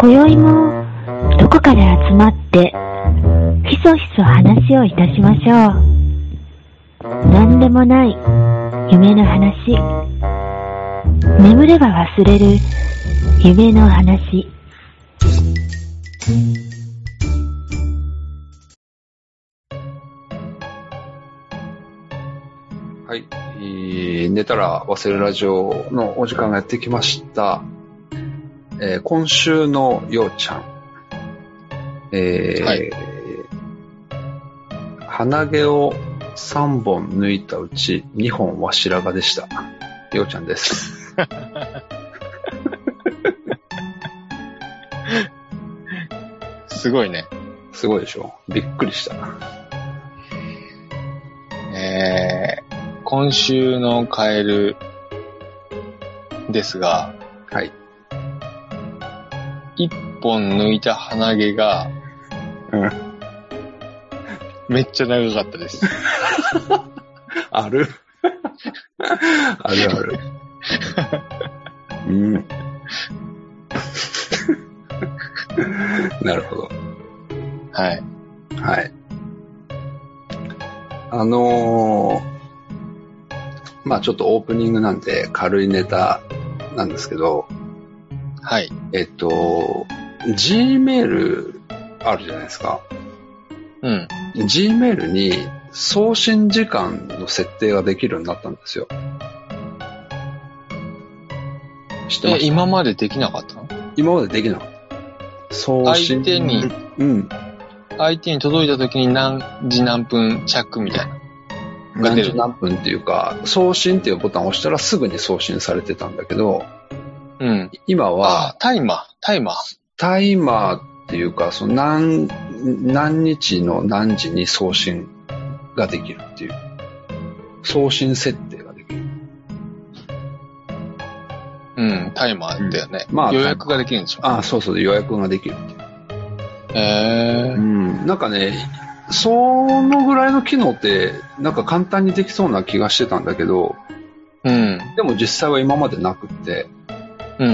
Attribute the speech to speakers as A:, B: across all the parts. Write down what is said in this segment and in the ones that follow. A: 今宵もどこかで集まってひそひそ話をいたしましょう何でもない夢の話眠れば忘れる夢の話
B: はい、えー寝たら忘れるラジオのお時間がやってきました。えー今週のようちゃん。えー
C: はい
B: 鼻毛を3本抜いたうち2本は白髪でした。ようちゃんです。
C: すごいね。
B: すごいでしょびっくりした。
C: えー、今週のカエルですが、
B: はい。
C: 一本抜いた鼻毛が、
B: うん
C: めっちゃ長かっ たです。
B: あるあるある。うん。なるほど。
C: はい。
B: はい。あのーまあちょっとオープニングなんで軽いネタなんですけど、
C: はい。
B: えっと、Gmail あるじゃないですか。
C: うん。
B: Gmail に送信時間の設定ができるようになったんですよ。知ってました
C: え、今までできなかったの
B: 今までできなかった。送信。
C: 相手に、
B: うん。
C: 相手に届いた時に何時何分着みたいな。が
B: 何
C: 出
B: 時
C: る
B: 何分っていうか、送信っていうボタンを押したらすぐに送信されてたんだけど、
C: うん。
B: 今
C: あ
B: は、
C: タイマー、タイマー。
B: タイマーっていうか、その何、何日の何時に送信ができるっていう。送信設定ができる。
C: うん、タイマーだよね。
B: うんまあ
C: 予約ができるんでしょ。
B: あ、そうそう、予約ができるっていう。
C: へ
B: う
C: え。
B: ん。なんかね、そのぐらいの機能って、なんか簡単にできそうな気がしてたんだけど、
C: うん。
B: でも実際は今までなくって、
C: うんう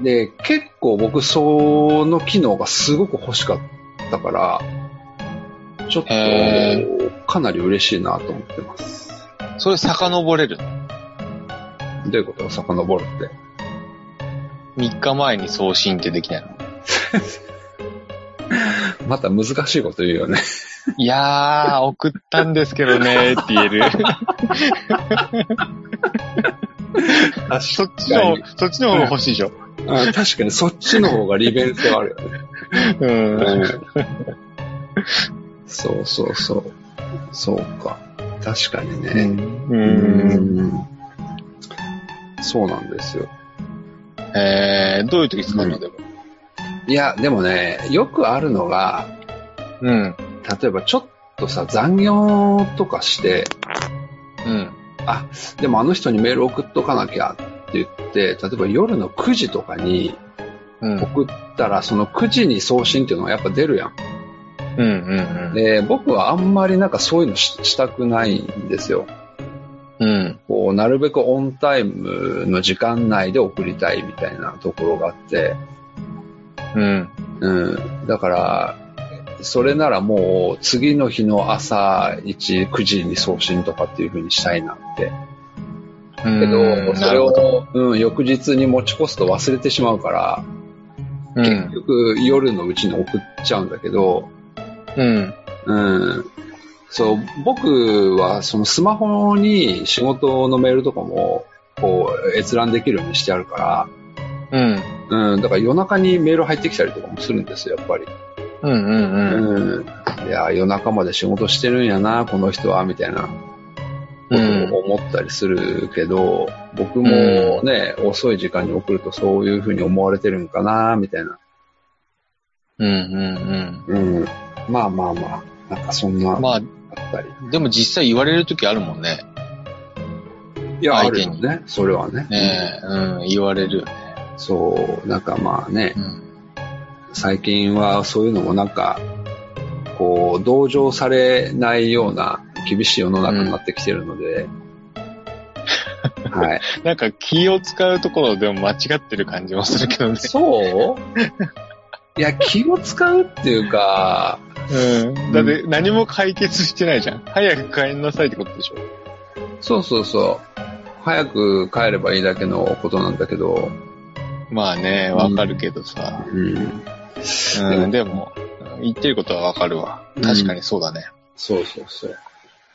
C: ん
B: で、結構僕、その機能がすごく欲しかったから、ちょっ
C: へ
B: と、かなり嬉しいなと思ってます。
C: うん。それ遡れるの
B: どういうこと遡るって。
C: ?3 日前に送信ってできないの
B: また難しいこと言うよね。
C: いやー、送ったんですけどねーって言える。 そっちの、そっちの方が欲しいでしょ。
B: うん確かにそっちの方が利便性はあるよね。
C: うん。
B: そうそうそう。そうか。確かに
C: う
B: ね。
C: ん。
B: うんそうなんですよ。
C: えー、どういう時使うのでも。
B: いや、でもね、よくあるのが、
C: うん。
B: 例えばちょっとさ、残業とかして、
C: うん。
B: でもあの人にメール送っとかなきゃって言って、例えば夜の9時とかに
C: うん。
B: 送ったら、その9時に送信っていうのがやっぱ出るやん。
C: うん。うん。
B: で、僕はあんまりなんかそういうのししたくないんですよ。
C: うん。
B: こう、なるべくオンタイムの時間内で送りたいみたいなところがあって、
C: うん。
B: うん。だから、それならもう次の日の朝1、9時に送信とかっていう風にしたいなって。
C: うん。
B: けど、
C: な
B: それ
C: るほど。
B: を、うん、翌日に持ち越すと忘れてしまうから、
C: う
B: 結
C: ん。
B: 局夜のうちに送っちゃうんだけど、
C: うん。
B: うん、そう僕はそのスマホに仕事のメールとかもこう閲覧できるようにしてあるか
C: うん。
B: ら、うん、だから夜中にメール入ってきたりとかもするんですよ、やっぱり。
C: うん
B: う
C: うんうん。
B: ん、いや、夜中まで仕事してるんやな、この人は、みたいな。ことを思ったりするけど、僕もね、遅い時間に送るとそういうふうに思われてるんかな、みたいな。
C: うんうん
B: うん。まあまあまあ、なんかそんな、
C: うん。まあ、
B: あったり。
C: でも実際言われるときあるもんね。
B: いや、あ
C: 相
B: る
C: 手
B: よ
C: に
B: ね。それはね。
C: ねえ、うん、言われるよね。
B: そう、なんかまあね
C: う、ん。
B: 最近はそういうのもなんか、こう、同情されないような厳しい世の中になってきてるので、はい。
C: なんか気を使うところでも間違ってる感じもするけどね。
B: そう いや、気を使うっていうか、
C: うん。だって何も解決してないじゃん。早く帰んなさいってことでしょ。
B: そうそうそう。早く帰ればいいだけのことなんだけど、
C: まあね、わかるけどさ。
B: うん。
C: うん、でも、言ってることはわかるわ。確かにそうだね。
B: そうそうそう。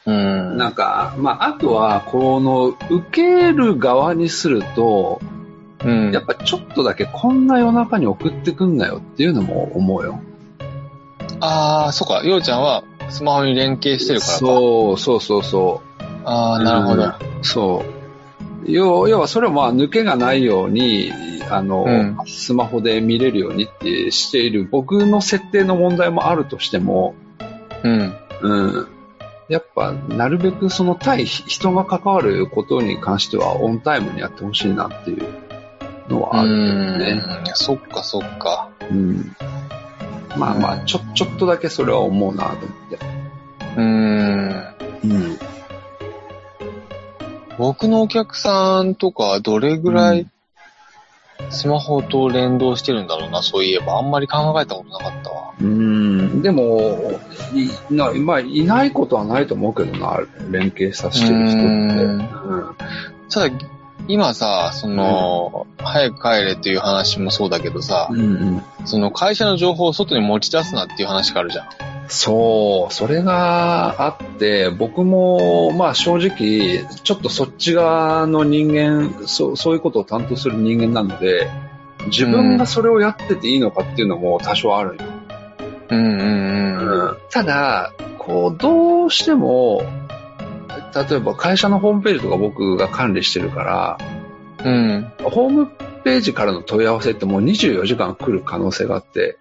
C: うん。
B: なんか、まあ、あとは、この、受ける側にすると、
C: うん。
B: やっぱちょっとだけこんな夜中に送ってくんなよっていうのも思うよ。
C: ああ、そうか。ようちゃんはスマホに連携してるからか。
B: そう、そうそうそ
C: あ
B: う。
C: あ、なるほど。
B: ど。そう。要要はそれはまあ抜けがないように、あの、
C: うん
B: スマホで見れるようにってしている僕の設定の問題もあるとしても、
C: うん。
B: うん。やっぱ、なるべくその対人が関わることに関してはオンタイムにやってほしいなっていうのはあ
C: う
B: る
C: ん。
B: ね。
C: そっか、そっか。
B: うん。まあまあ、ちょ、ちょっとだけそれは思うなと思って。
C: うん。
B: うん。
C: 僕のお客さんとか、どれぐら
B: う
C: いスマホと連動してるんだろうな、そういえば。あんまり考えたことなかったわ。
B: うん、でも、いなまあ、いないことはないと思うけどな、連携させてる人って。うん
C: ただ、今さ、その、早く帰れっていう話もそうだけどさ、
B: うんうん
C: その会社の情報を外に持ち出すなっていう話があるじゃん。
B: そう、それがあって、僕も、まあ正直、ちょっとそっち側の人間、そうそういうことを担当する人間なので、自分がそれをやってていいのかっていうのも多少あるよ
C: うんうんうん。
B: ただ、こう、どうしても、例えば会社のホームページとか僕が管理してるから、
C: うん。
B: ホームページからの問い合わせってもう24時間来る可能性があって、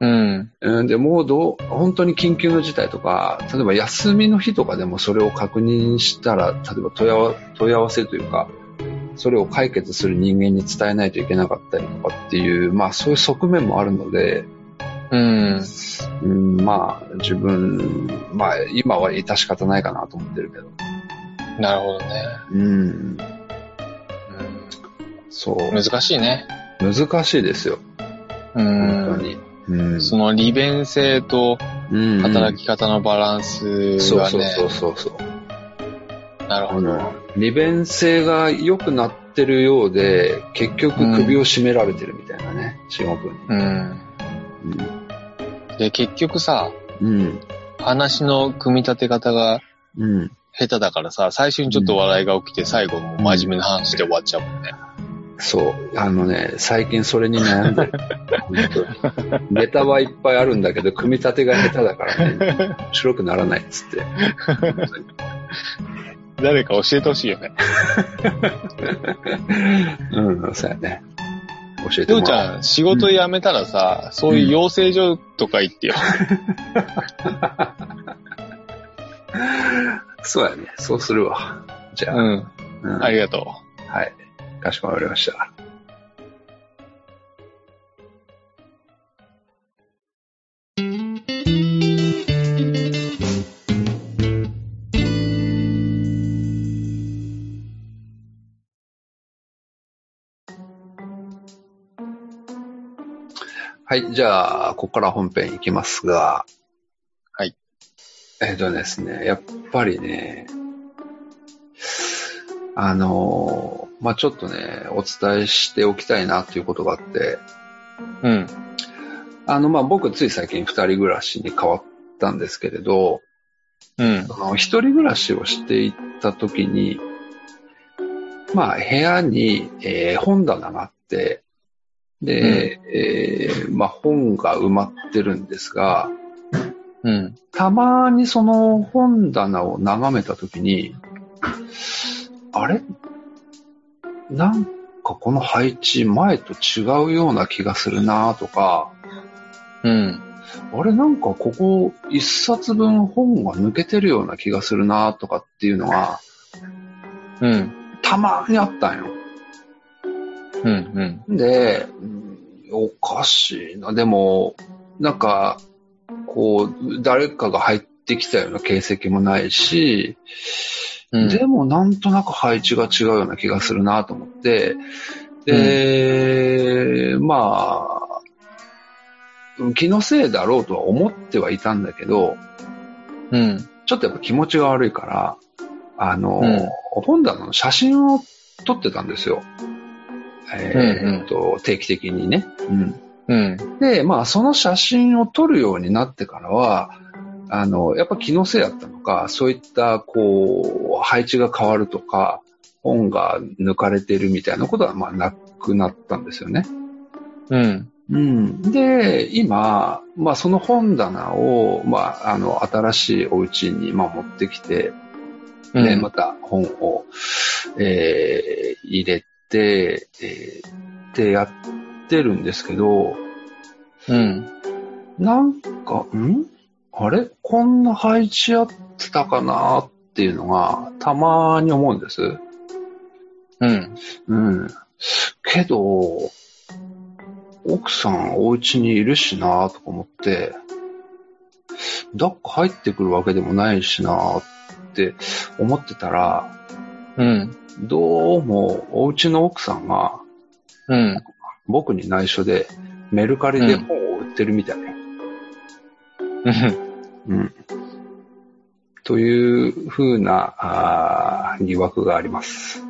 C: うん。
B: うん、でもうどう、本当に緊急の事態とか、例えば休みの日とかでもそれを確認したら、例えば問い合わ問い合わせというか、それを解決する人間に伝えないといけなかったりとかっていう、まあそういう側面もあるので、
C: うん。
B: うん、まあ、自分、まあ、今は致し方ないかなと思ってるけど。
C: なるほどね。
B: うん。
C: う
B: そ
C: ん、難しいね。
B: う。難しいですよ。
C: う
B: 本当
C: ん。
B: に。うん
C: その利便性と
B: うん
C: 働き方のバランス
B: そう
C: が
B: そうそ
C: ね
B: う、そうそう。
C: なる
B: あ
C: ほど。
B: の、利便性が良くなってるようで、結局首を絞められてるみたいなね、仕事に。
C: うん。で、結局さ、
B: うん。
C: 話の組み立て方が
B: うん。
C: 下手だからさ、最初にちょっと笑いが起きて、最後もう真面目な話で終わっちゃうもんね。
B: そう。あのね、最近それに悩 んでる。本当にネタはいっぱいあるんだけど、組み立てが下手だからね、面白くならないっつって。
C: 誰か教えてほしいよね。
B: うん、そうやね。教えて
C: りょ
B: も
C: うち
B: らう。
C: ゃん、仕事辞めたらさ、そういう養成所とか行ってよ。
B: そうやね。そうするわ。じゃ
C: う
B: あ、
C: ん。
B: うん
C: ありがと
B: はい。かしこまりました。はい。じゃあ、ここから本編いきますが。
C: はい。
B: えっとですね、やっぱりね、あのーまあ、ちょっとね、お伝えしておきたいなっていうことがあって、
C: う。うん。
B: あの、まあ、僕つい最近二人暮らしに変わったんですけれど、
C: うん。
B: その一人暮らしをしていった時に、まあ、部屋に、えー本棚があって、で、えーまあ、本が埋まってるんですが、
C: うん。
B: たまにその本棚を眺めたときに、あれなんかこの配置前と違うような気がするなとか、
C: うん。
B: あれなんかここ一冊分本が抜けてるような気がするなとかっていうのが
C: うん。
B: たまにあったんよ。
C: うん。
B: で、うんおかしいな。でも、なんか、こう、誰かが入ってきたような形跡もないし、
C: うん。
B: でもなんとなく配置が違うような気がするなと思って、で、まあ、気のせいだろうとは思ってはいたんだけど、
C: うん。
B: ちょっとやっぱ気持ちが悪いから、あの、
C: う
B: 本棚の写真を撮ってたんですよ。えーっと、定期的にね。うん。
C: うん。
B: で、まあ、その写真を撮るようになってからは、あの、やっぱ気のせいだったのか、そういった、こう、配置が変わるとか、本が抜かれてるみたいなことは、まあ、なくなったんですよね。
C: うん。
B: うん。で、今、まあ、その本棚を、まあ、あの、新しいお家に、まあ、持ってきて、
C: うん。
B: で、また本を、えー入れて、えーってやってるんですけど、
C: うん。
B: なんか、んあれこんな配置やってたかなっていうのが、たまに思うんです。
C: うん。
B: うん。けど、奥さんお家にいるしなとか思って、抱っこ入ってくるわけでもないしなって思ってたら、
C: うん。
B: どうもお家の奥さんが
C: うん。
B: 僕に内緒でメルカリで本を売ってるみたい。
C: うん。
B: うん。というふうなあー疑惑があります。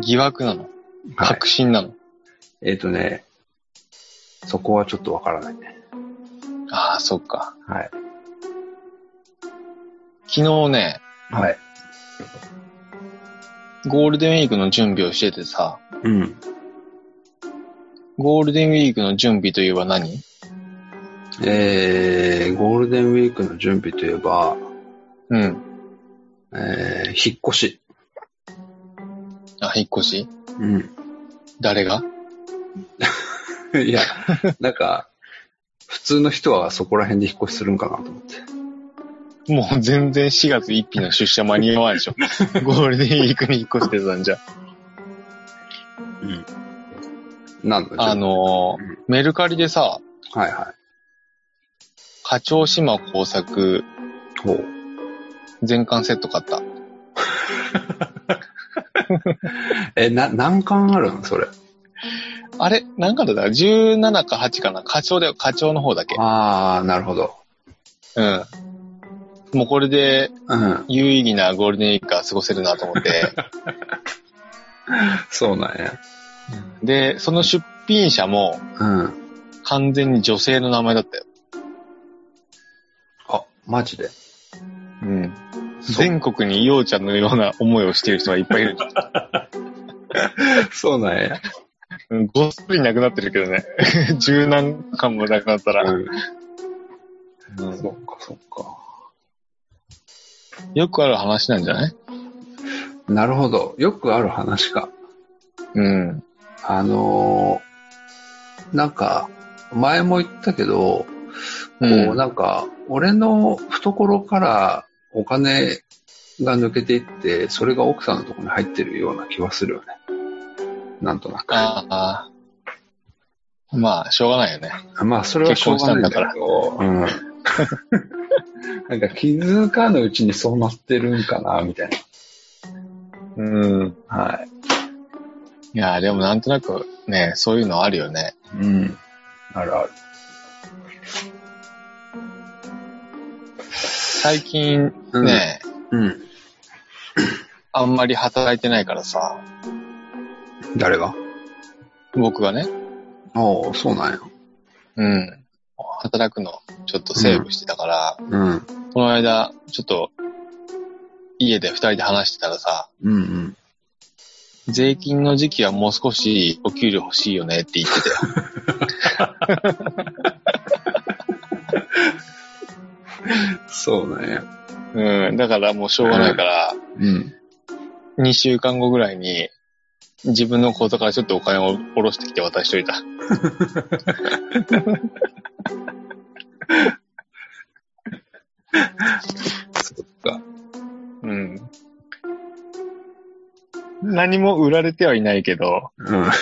C: 疑惑なの
B: はい。
C: 確信なの
B: えっ、とね、そこはちょっとわからない。
C: ああ、そっか。
B: はい。
C: 昨日ね、
B: はい。
C: ゴールデンウィークの準備をしててさ、
B: うん。
C: ゴールデンウィークの準備といえば何
B: えー、ゴールデンウィークの準備といえば、
C: うん。
B: えー、引っ越し。
C: あ、引っ越し
B: うん。
C: 誰が
B: いや、なんか、普通の人はそこら辺で引っ越しするんかなと思って。
C: もう全然4月1日の出社間に合わないでしょ。ゴールデンウィークに引っ越してたんじゃ。
B: なんだ
C: あ、のー、メルカリでさ、
B: はいは
C: 課長島工作
B: い。ほう。
C: 全巻セット買った。
B: え、な、何巻あるのそれ。
C: あれ何巻だった ?17 か8かな課長だよ。課長の方だけ。
B: あー、なるほど。
C: うん。もうこれで
B: うん。
C: 有意義なゴールデンウィークが過ごせるなと思って。
B: そうなんや。
C: で、その出品者も
B: うん。
C: 完全に女性の名前だったよ。
B: あ、マジで。
C: うん。全国にようちゃんのような思いをしている人がいっぱいいる。
B: そうなんや。
C: うんごっそりなくなってるけどね。 十何巻もなくなったら。
B: うん。そっかそっか。
C: よくある話なんじゃない
B: なるほど。よくある話か。
C: うん。
B: あのーなんか、前も言ったけど、こ
C: うん
B: う、なんか、俺の懐からお金が抜けていって、それが奥さんのところに入ってるような気はするよね。なんとなく。
C: ああ。まあ、しょうがないよね。
B: まあ、それはしょうがないんだけど、うん。なん か気づかぬうちにそうなってるんかな、みたいな。
C: うん。
B: はい。
C: いや、でもなんとなくね、そういうのあるよね。
B: うん。あるある。
C: 最近
B: うん
C: ね、
B: うん。
C: あんまり働いてないからさ、
B: 誰が
C: 僕がね、
B: ああ、そうなんや。
C: うん。働くの、ちょっとセーブしてたから、
B: うん。
C: この間、ちょっと、家で二人で話してたらさ、
B: うんうん。
C: 税金の時期はもう少しお給料欲しいよねって言ってたよ。
B: そうなんや。
C: うん。だからもうしょうがないから、
B: うん。
C: 2週間後ぐらいに、自分の口座からちょっとお金を下ろしてきて渡しといた。
B: そっか。
C: うん。何も売られてはいないけど、
B: うん。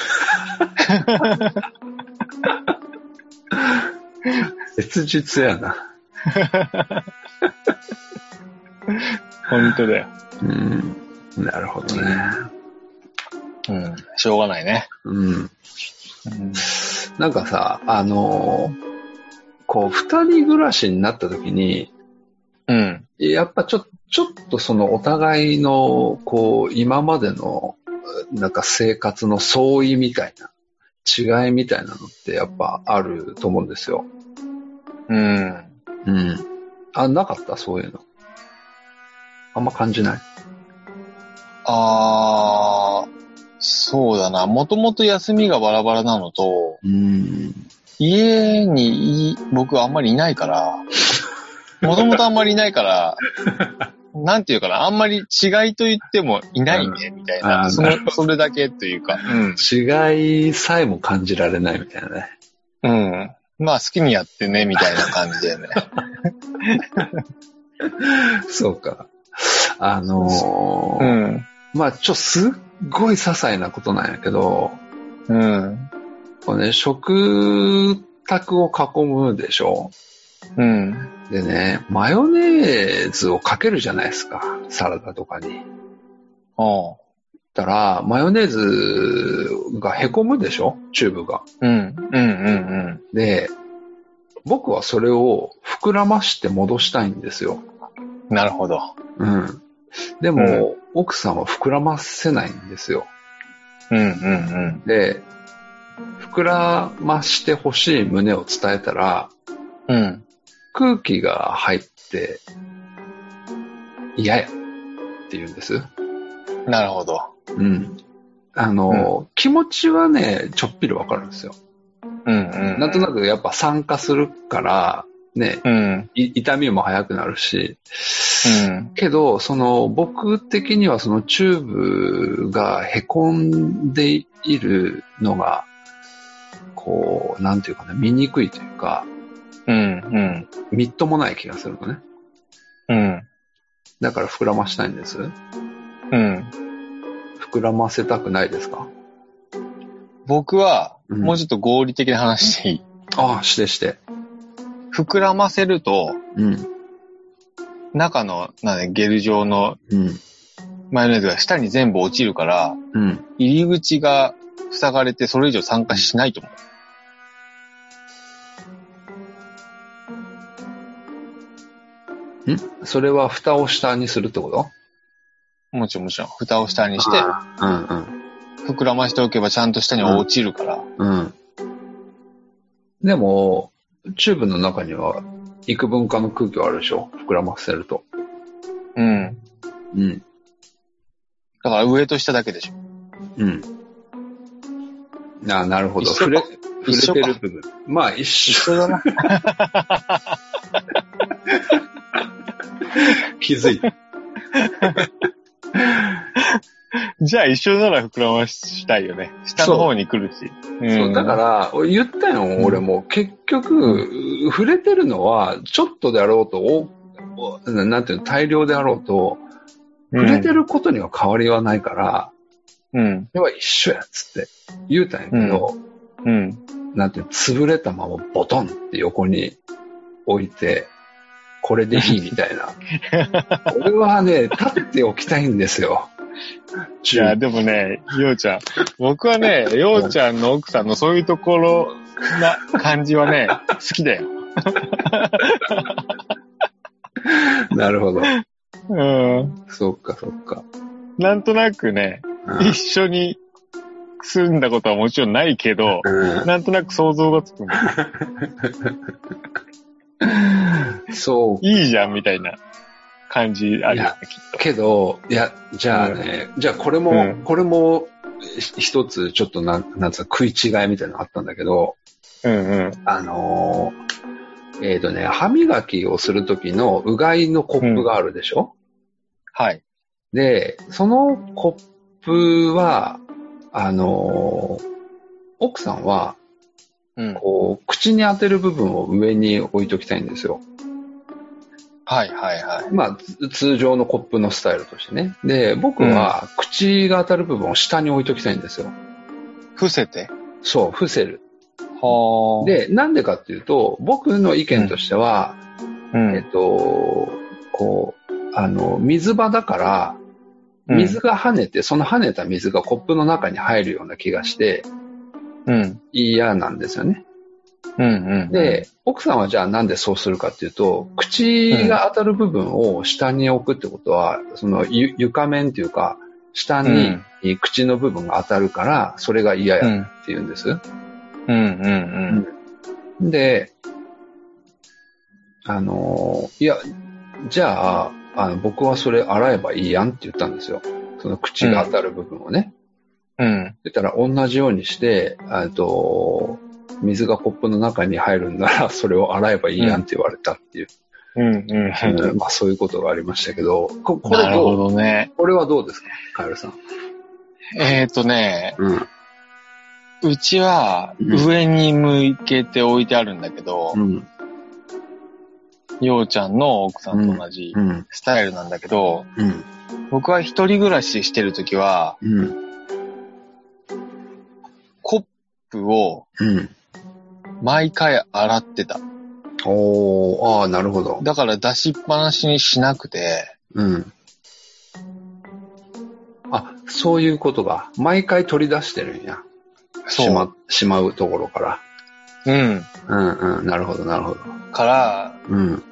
B: 切実やな。
C: 本当だよ。
B: うん。なるほどね。
C: うん。しょうがないね。
B: うん。
C: うん。
B: なんかさ、あのーこう、二人暮らしになった時に、
C: うん。
B: やっぱちょ、ちょっとそのお互いの、こう、今までの、なんか生活の相違みたいな、違いみたいなのってやっぱあると思うんですよ。
C: うん。
B: うん。あ、なかったそういうの。あんま感じない。
C: あー、そうだな。もともと休みがバラバラなのと、
B: うん。
C: 家にい僕あんまりいないから、もともとあんまりいな いから、なんていうかな、あんまり違いと言ってもいないね、みたい
B: あ
C: な。
B: ー
C: そ
B: な
C: の、それだけというか。うん。
B: 違いさえも感じられないみたいなね。
C: うん。まあ好きにやってね、みたいな感じだ よね。
B: そうか。あのー
C: ん。
B: まあちょ、すっごい些細なことなんやけど、
C: うん。
B: これね、食卓を囲むでしょ
C: うん。
B: でね、マヨネーズをかけるじゃないですか。サラダとかに。
C: おう
B: たら、マヨネーズがへこむでしょチューブが。
C: うん。うん。うん。
B: で、僕はそれを膨らまして戻したいんですよ。
C: うん。なるほど。
B: うん。でも、
C: う
B: 奥さんは膨らませないんですよ。
C: うん。うん。
B: で、膨らましてほしい旨を伝えたら、
C: うん。うん。
B: 空気が入って、嫌やって言うんです。
C: なるほど。
B: うん。あの、気持ちはね、ちょっぴりわかるんですよ。
C: うん。うん。
B: なんとなくやっぱ酸化するから、ね、
C: うん。
B: い痛みも早くなるし、
C: うん。
B: けど、その、僕的にはそのチューブが凹んでいるのが、こう、なんていうかね、見にくいというか、
C: うん。
B: みっともない気がするのね。
C: うん。うん。
B: だから膨らましたいんです。
C: うん。
B: 膨らませたくないですか
C: 僕は、
B: うん
C: もうちょっと合理的な話していい、
B: ああ、してして。
C: 膨らませると、
B: うん。
C: 中の、なんだゲル状の
B: うん。
C: マヨネーズが下に全部落ちるから、
B: うん。
C: 入り口が塞がれてそれ以上酸化しないと思う。
B: それは蓋を下にするってこと
C: もちろんもちろん。蓋を下にして、
B: うん
C: 膨らましておけばちゃんと下に落ちるから。
B: うん。うん。でも、チューブの中には幾分化の空気はあるでしょ膨らませると。
C: うん。
B: うん。
C: だから上と下だけでしょ。
B: うん。ああ、なるほど。
C: 一緒
B: 触
C: か
B: れ、触れてる部分。まあ一緒だな。 気づいた。
C: じゃあ一緒なら膨らましたいよね。下の方に来るし。うん
B: そうだから、言ったよ、俺も。結局、触れてるのは、ちょっとであろうと、おおなんていうの、大量であろうと、触れてることには変わりはないから、
C: うん。
B: それは一緒や、つって言うたんやけど、
C: うん。
B: なんていうの潰れたままボトンって横に置いて、これでいいみたい な。俺はね、立てておきたいんですよ。
C: いや、でもね、ようちゃん。僕はね、ようちゃんの奥さんのそういうところな感じはね、好きだよ。
B: なるほど。
C: うん。
B: そっかそっか。
C: なんとなくね、
B: うん
C: 一緒に住んだことはもちろんないけど、
B: うん
C: なんとなく想像がつくんだよ
B: そう
C: いいじゃん、みたいな感じあるよね、きっと。
B: けど、いや、じゃあね、じゃあこれも、
C: うん
B: これも、ひ一つ、ちょっとなん、なんつうか、食い違いみたいなのあったんだけど、
C: うんうん。
B: あのーえっ、とね、歯磨きをするときのうがいのコップがあるでしょ、
C: はい。
B: で、そのコップは、あのー奥さんは、
C: うん。
B: こう、口に当てる部分を上に置いときたいんですよ。
C: はいはいはい。
B: まあ、つ通常のコップのスタイルとしてね。で、僕は、口が当たる部分を下に置いときたいんですよ。
C: 伏せて。
B: そう、伏せる。
C: はあ。、
B: で、なんでかっていうと、僕の意見としては、
C: う
B: えっ
C: ん。
B: と、こう、あの、水場だから、
C: うん
B: 水が跳ねて、その跳ねた水がコップの中に入るような気がして、
C: うん。
B: 嫌なんですよね。
C: うんうん。
B: で、、奥さんはじゃあなんでそうするかっていうと、口が当たる部分を下に置くってことは、そのゆ床面っていうか、下
C: う
B: に
C: ん。
B: 口の部分が当たるから、それが嫌
C: う
B: やっ
C: ん。
B: て言うんです。
C: うんうん
B: で、あのーいや、じゃあ、あの僕はそれ洗えばいいやんって言ったんですよ。その口が当たる部分をね。
C: うん。うん。
B: 言ったら同じようにして、えっと、水がコップの中に入るんなら それを洗えばいいやんって言われたっていう、
C: うんうん
B: うんまあそういうことがありましたけど、ここれ
C: なるほ
B: どう
C: どね。
B: これはどうですかカエルさん。
C: えっ、とね、
B: うん。
C: うちは
B: うん
C: 上に向けて置いてあるんだけど、
B: うん。
C: ようちゃんの奥さんと同じ
B: うん。
C: スタイルなんだけど、
B: うん。
C: 僕は一人暮らししてるときは、
B: うん。
C: コップを
B: うん。
C: 毎回洗ってた。
B: おー、ああ、なるほど。
C: だから出しっぱなしにしなくて、
B: うん。あ、そういうことが。毎回取り出してるんや。
C: そう。
B: しま、しまうところから。
C: うん。
B: うんうん。なるほど、なるほど。
C: から、
B: うん。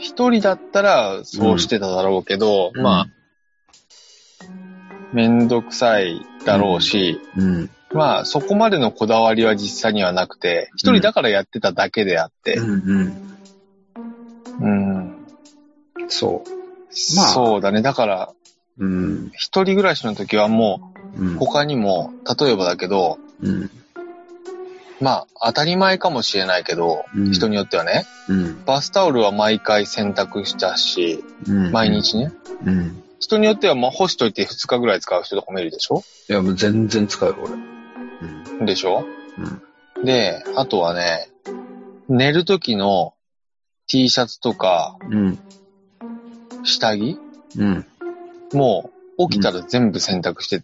C: 一人だったらそうしてただろうけど、
B: うん
C: まあ、めんどくさいだろうし、
B: うん。
C: まあそこまでのこだわりは実際にはなくて、一人だからやってただけであって、
B: うん
C: うん。
B: うん。そ
C: そうだね。だから、
B: う。うん。
C: 一人暮らしの時はも
B: う
C: う、
B: ん。
C: 他にも、例えばだけど、
B: うん。
C: まあ当たり前かもしれないけど、
B: うん
C: 人によってはね、
B: うん。
C: バスタオルは毎回洗濯したし、
B: うん。
C: 毎。日ね。
B: うん。
C: 人によっては、まあ、干しといて2日ぐらい使う人とかもいるでしょ
B: いや、もう全然使うよ、俺。
C: でしょで、あとはね、寝る時の T シャツとか
B: うん。うん。
C: 下着
B: うん。
C: もう起きたら全部洗濯して、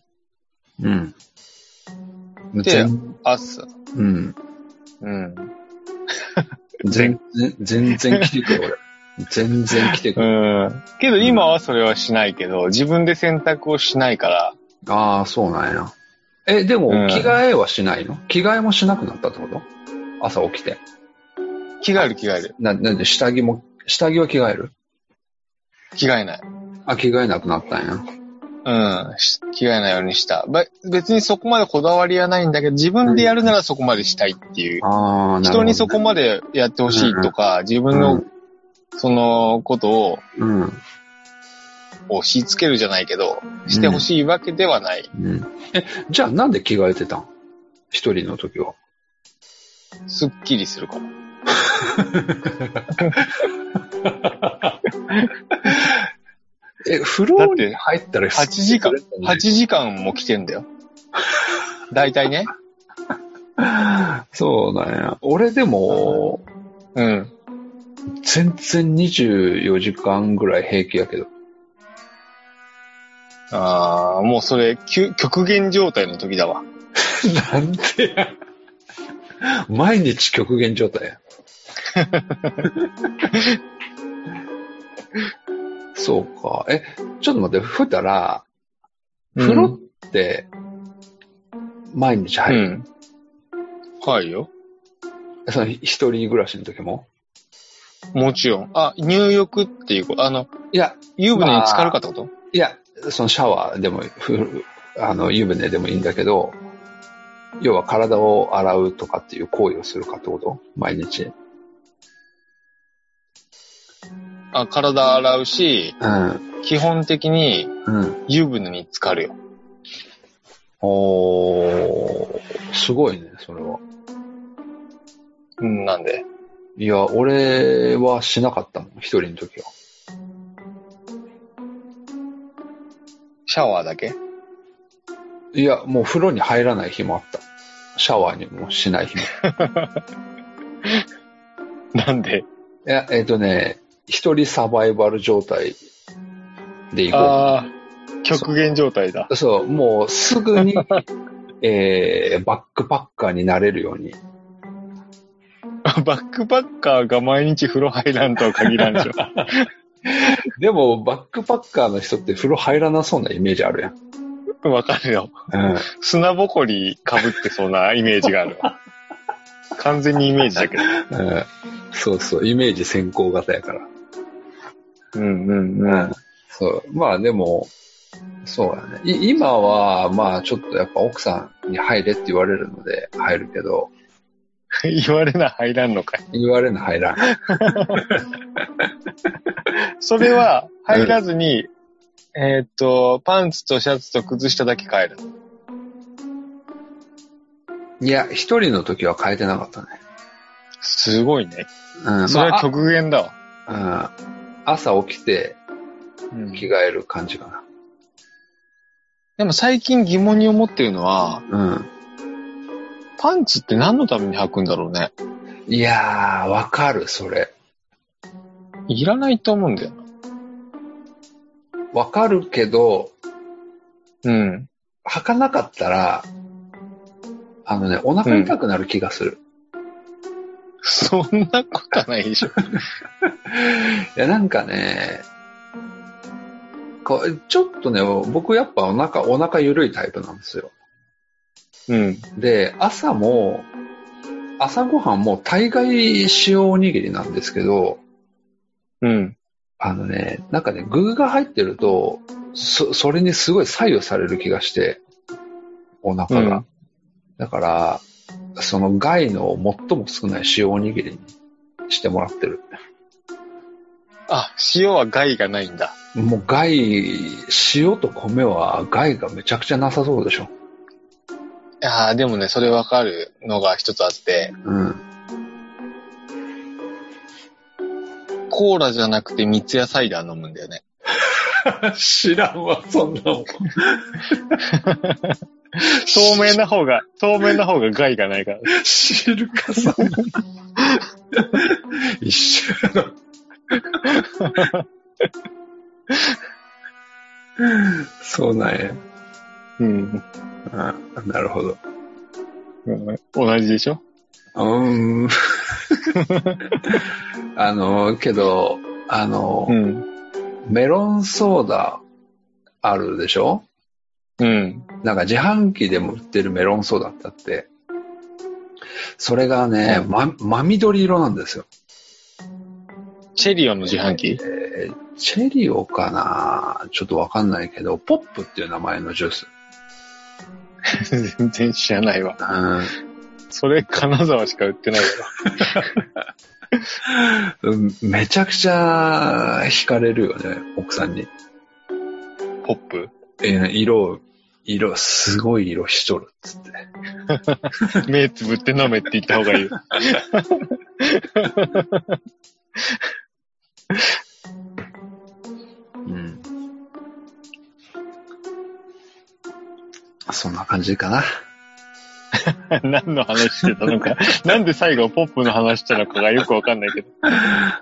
B: うん。
C: で
B: 全
C: 朝、
B: うん。
C: うん。
B: 全然、全然来てくる、俺。全然来てくる。
C: うん。けど今はそれはしないけど、自分で洗濯をしないから、
B: ああ、そうなんや。え、でも
C: うん、
B: 着替えはしないの、着替えもしなくなったってこと朝起きて。
C: 着替える着替える。
B: な、なんで、下着も、下着は着替える
C: 着替えない。
B: あ、着替えなくなったんや。
C: うん。し着替えないようにした。ば別にそこまでこだわりはないんだけど、自分でやるならそこまでしたいっていう。
B: ああ、なるほど、
C: 人にそこまでやってほしいとか、自分
B: う
C: の
B: ん、
C: そのことを、
B: うん。
C: 押し付けるじゃないけど、してほしいわけではない。
B: うん。え、じゃあなんで着替えてたん一人の時は。
C: すっきりするから。
B: え、風呂に入ったら
C: 8時間、8
B: 8
C: 時間も来てんだよ。大体ね。
B: そうなんや。俺でも、
C: うん。
B: 全然24時間ぐらい平気やけど。
C: ああ、もうそれ、極極限状態の時だわ。
B: なんでや。毎日極限状態や。 そうか。え、ちょっと待って、ふたら、風呂って、毎日
C: う
B: 入る、
C: ん。はいよ。
B: その一人暮らしの時も
C: もちろん。あ、入浴っていうこと、あの、
B: いや、
C: 湯船に浸かるかってこと、
B: いや、そのシャワーでも、ふあの、湯船でもいいんだけど、要は体を洗うとかっていう行為をするかってこと毎日。
C: あ、体洗うし、
B: うん、
C: 基本的に
B: うん。
C: 湯船に浸かるよ。
B: おー、すごいね、それは。
C: うん、なんで。
B: いや、俺はしなかったもん、一人の時は。
C: シャワーだけ
B: いや、もう風呂に入らない日もあった。シャワーにもしない日も。
C: なんで
B: いや、えっ、とね、一人サバイバル状態で行こうか
C: ああ、極限状態だ。
B: そう、もうすぐ に、えー、バックパッカーになれるように。
C: バックパッカーが毎日風呂入らんとは限らんでしょ。
B: でも、バックパッカーの人って風呂入らなそうなイメージあるやん。
C: わかるよ。
B: うん。
C: 砂ぼこり被ってそうなイメージ があるわ。完全にイメージだけど。
B: うんそうそう、イメージ先行型やから。
C: うんうんうん。
B: そう。まあでも、そうだね。い今は、まあちょっとやっぱ奥さんに入れって言われるので入るけど、
C: 言われな入らんのかい。
B: 言われるの入らん。
C: それは入らずに、えーっと、パンツとシャツと靴下だけ帰る。
B: いや、一人の時は変えてなかったね。
C: すごいね。
B: うん。
C: それ
B: ま
C: は極限だわ。
B: あうん、朝起きて
C: うん
B: 着替える感じか
C: でも最近疑問に思ってるのは、
B: な。うん。
C: パンツって何のために履くんだろうね。
B: いやー、わかる、それ。
C: いらないと思うんだよ。
B: わかるけど、
C: うん。
B: 履かなかったら、あのね、お腹痛くなる気がする。
C: そんなことはないでしょ。
B: いや、なんかね、こうちょっとね、僕やっぱお腹、お腹緩いタイプなんですよ。
C: うん。
B: で、朝も、朝ごはんも大概塩おにぎりなんですけど、
C: うん。
B: あのね、なんかね、具が入ってると、そ、それにすごい左右される気がして、お腹が。
C: うん
B: だから、その害の最も少ない塩おにぎりにしてもらってる。
C: あ、塩は害がないんだ。
B: もう害、塩と米は害がめちゃくちゃなさそうでしょ。
C: いやーでもね、それわかるのが一つあって、
B: うん。
C: コーラじゃなくて三ツ矢サイダー飲むんだよね。
B: 知らんわ、そんなもん。
C: 透明な方が、透明な方が害がないから。
B: 知るか、そんな。一緒やろ。そうなんや。
C: うん。
B: あなるほど。
C: 同じでしょ
B: うーん。 あの、けど、あの、
C: ん。
B: メロンソーダあるでしょ
C: うん。
B: なんか自販機でも売ってるメロンソーダってあって、それがね、
C: う
B: ま、真緑色なんですよ。
C: チェリオの自販機
B: えーチェリオかなちょっとわかんないけど、ポップっていう名前のジュース。
C: 全然知らないわ。
B: うん
C: それ金沢しか売ってないから。
B: うん、めちゃくちゃ惹かれるよね、奥さんに。
C: ポップ
B: えー色を、色、すごい色しとるっつって。
C: 目つぶって飲めって言った方がいいよ。
B: うん。そんな感じかな。
C: 何の話してたのか。なんで最後ポップの話したのかがよくわかんないけど。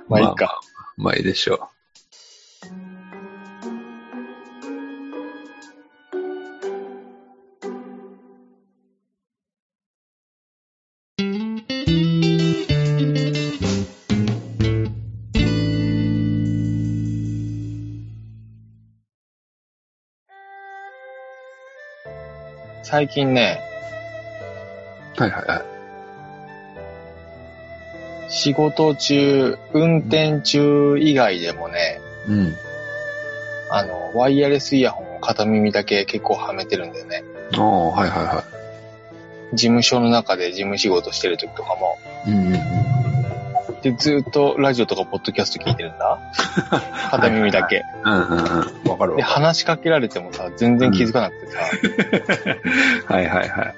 C: まあいいか。
B: まあいいでしょ
C: 最近ね、
B: う。はいはいはい。
C: 仕事中、運転中以外でもね、
B: うん。
C: あの、ワイヤレスイヤホンを片耳だけ結構はめてるんだよね。
B: ああ、はいはいは
C: 事務所の中で事務仕事してる時とかも。
B: い。うんうんうん。
C: で、ずっとラジオとかポッドキャスト聞いてるんだ。片耳だけ。
B: うんうんうん。わかる
C: で、
B: わか
C: 話しかけられてもさ、全然気づかなくてさ。
B: る。はいはいはい。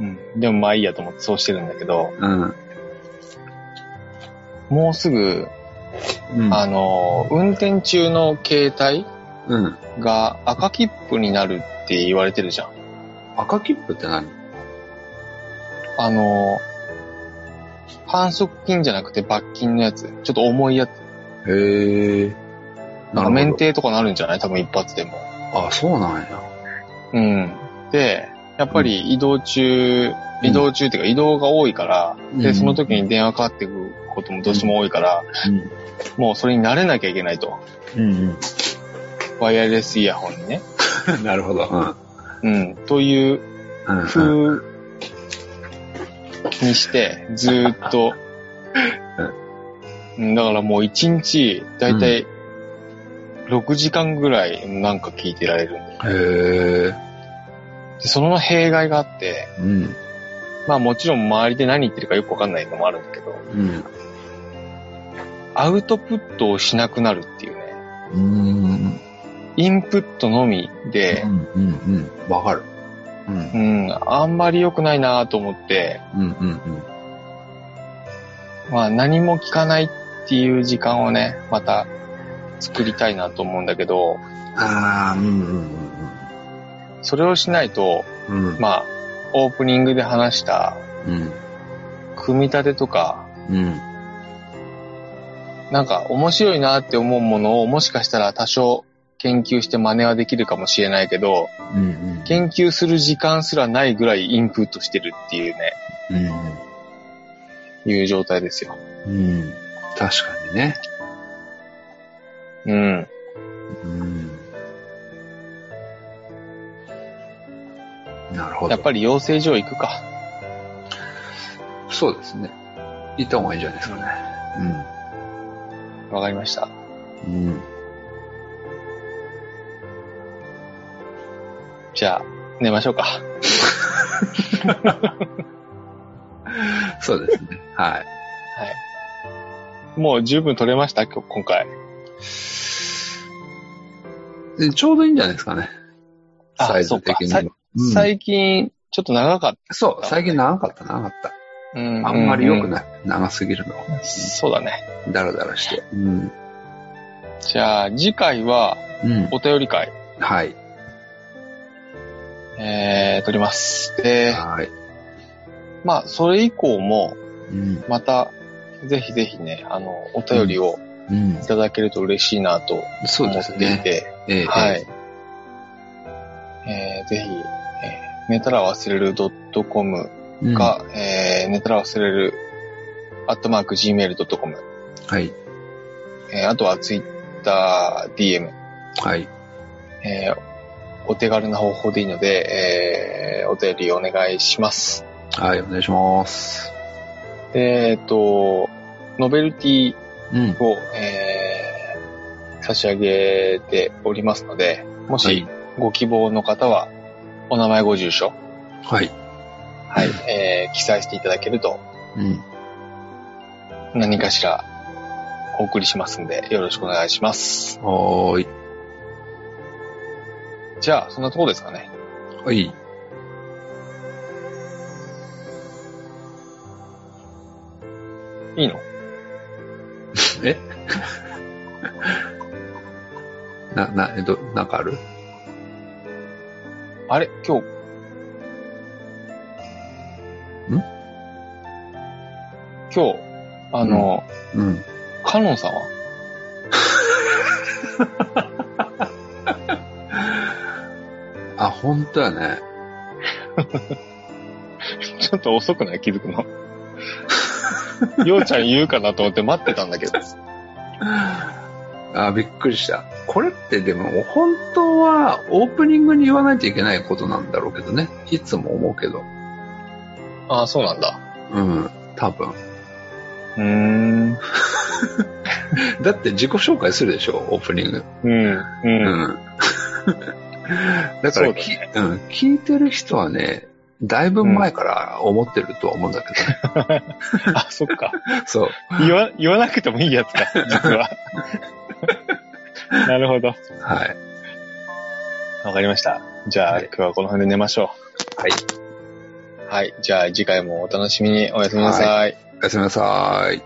C: うん。でもまあいいやと思ってそうしてるんだけど、
B: うん。
C: もうすぐ、
B: うん。
C: あの、運転中の携帯
B: うん。
C: が赤切符になるって言われてるじゃん。
B: 赤切符って何
C: あの、反則金じゃなくて罰金のやつ。ちょっと重いやつ。
B: へえ。
C: な
B: る
C: んか
B: ほど
C: 免停とかなるんじゃない多分一発でも。
B: あ、そうなんや。
C: うん。で、やっぱり移動
B: う
C: 中、
B: ん
C: 移動中っていうか移動が多いから、
B: う
C: で、
B: ん
C: その時に電話かかってくることもどうしても多いから、もうそれに慣れなきゃいけないと。
B: うん。
C: ワイヤレスイヤホンにね。
B: うん。 なるほど。うん。
C: うん。という
B: うん
C: 風にして、ずーっと。うんだからもう一日、だいたい6時間ぐらいなんか聞いてられる。
B: へえ。
C: でその弊害があって、
B: うん。
C: まあもちろん周りで何言ってるかよくわかんないのもあるんだけど、
B: うん。
C: アウトプットをしなくなるっていうね。
B: うん。
C: インプットのみで
B: う、ん。うん。うん。わかる。うん。
C: うん、あんまり良くないなと思って、
B: うん。うん。
C: まあ何も聞かないっていう時間をね、また作りたいなと思うんだけど、
B: ああ、うん。うん。
C: それをしないと、
B: うん。うん。
C: まあ、オープニングで話した、
B: うん。
C: 組み立てとか、
B: うん。
C: なんか面白いなって思うものをもしかしたら多少研究して真似はできるかもしれないけど、
B: うん。
C: 研究する時間すらないぐらいインプットしてるっていうね、
B: うん。
C: いう状態ですよ。
B: うん。確かにね。
C: うん。
B: うん。なるほど。
C: やっぱり養成所行くか。
B: そうですね。行った方がいいんじゃないですかね。
C: わかりました。
B: うん。うん。
C: じゃあ、寝ましょうか。
B: そうですね。はい。
C: もう十分取れました、今日今回。
B: でちょうどいいんじゃないですかね。
C: あ
B: サイズ的に
C: そう
B: は
C: か。
B: うん
C: 最近、ちょっと長かっ
B: そう、最近長かった、長かった。
C: た。うん
B: あんまり良く
C: い。
B: ない。長すぎるの。
C: そうだね。
B: だらだらして。うん。
C: じゃあ、次回は、
B: うん。
C: お便り会、
B: はい。
C: えー、取ります。で、
B: はい。
C: まあ、それ以降も、
B: うん。
C: また、ぜひぜひね、あの、お便りを
B: うん
C: い。ただけると嬉しいなと
B: そう
C: 思
B: で
C: っ
B: す
C: てい
B: ね。
C: て、
B: ええ
C: はい。。えー、ぜひ、えー、寝たら忘れる .com
B: うんは
C: か、えー、寝たら忘れる、アットマーク gmail.com、
B: い。
C: えー、あとは Twitter、DM、
B: はい。
C: えー、お手軽な方法でいいので、えー、お便りお願いします。
B: はい、お願いします。
C: でえっ、と、ノベルティ
B: うん。
C: を、えー、差し上げておりますので、も
B: は
C: し
B: い
C: ご希望の方は、お名前ご住所、
B: はい。
C: はい、えー記載していただけると
B: うん。
C: 何かしらお送りしますんで、よろしくお願いします。
B: はーい。
C: じゃあ、そんなとこですかね。
B: はい。
C: いいの
B: え な、な、えっと、なんかある
C: あれ今日。
B: ん
C: 今日、あの、
B: うん。
C: カノンさんは
B: あ、本当やね。
C: ちょっと遅くない気づくの。 ようちゃん言うかなと思って待ってたんだけど。
B: あ、びっくりした。これってでも、本当はオープニングに言わないといけないことなんだろうけどね。いつも思うけど。
C: ああ、そうなんだ。
B: うん。多分。
C: うーん。
B: だって自己紹介するでしょ、オープニング。
C: うん。
B: う
C: うん。
B: ん。 だからき
C: そう
B: うん、聞いてる人はね、だいぶ前から思ってるとは思うんだけどね。
C: あ、そっか。
B: そう。
C: 言わ、言わなくてもいいやつ か、実は。なるほど。
B: はい。
C: わかりました。じゃあ、
B: はい
C: 今日はこの辺で寝ましょう。
B: はい。
C: はい。じゃあ、次回もお楽しみに。おやすみなさい。
B: おやすみなさーい。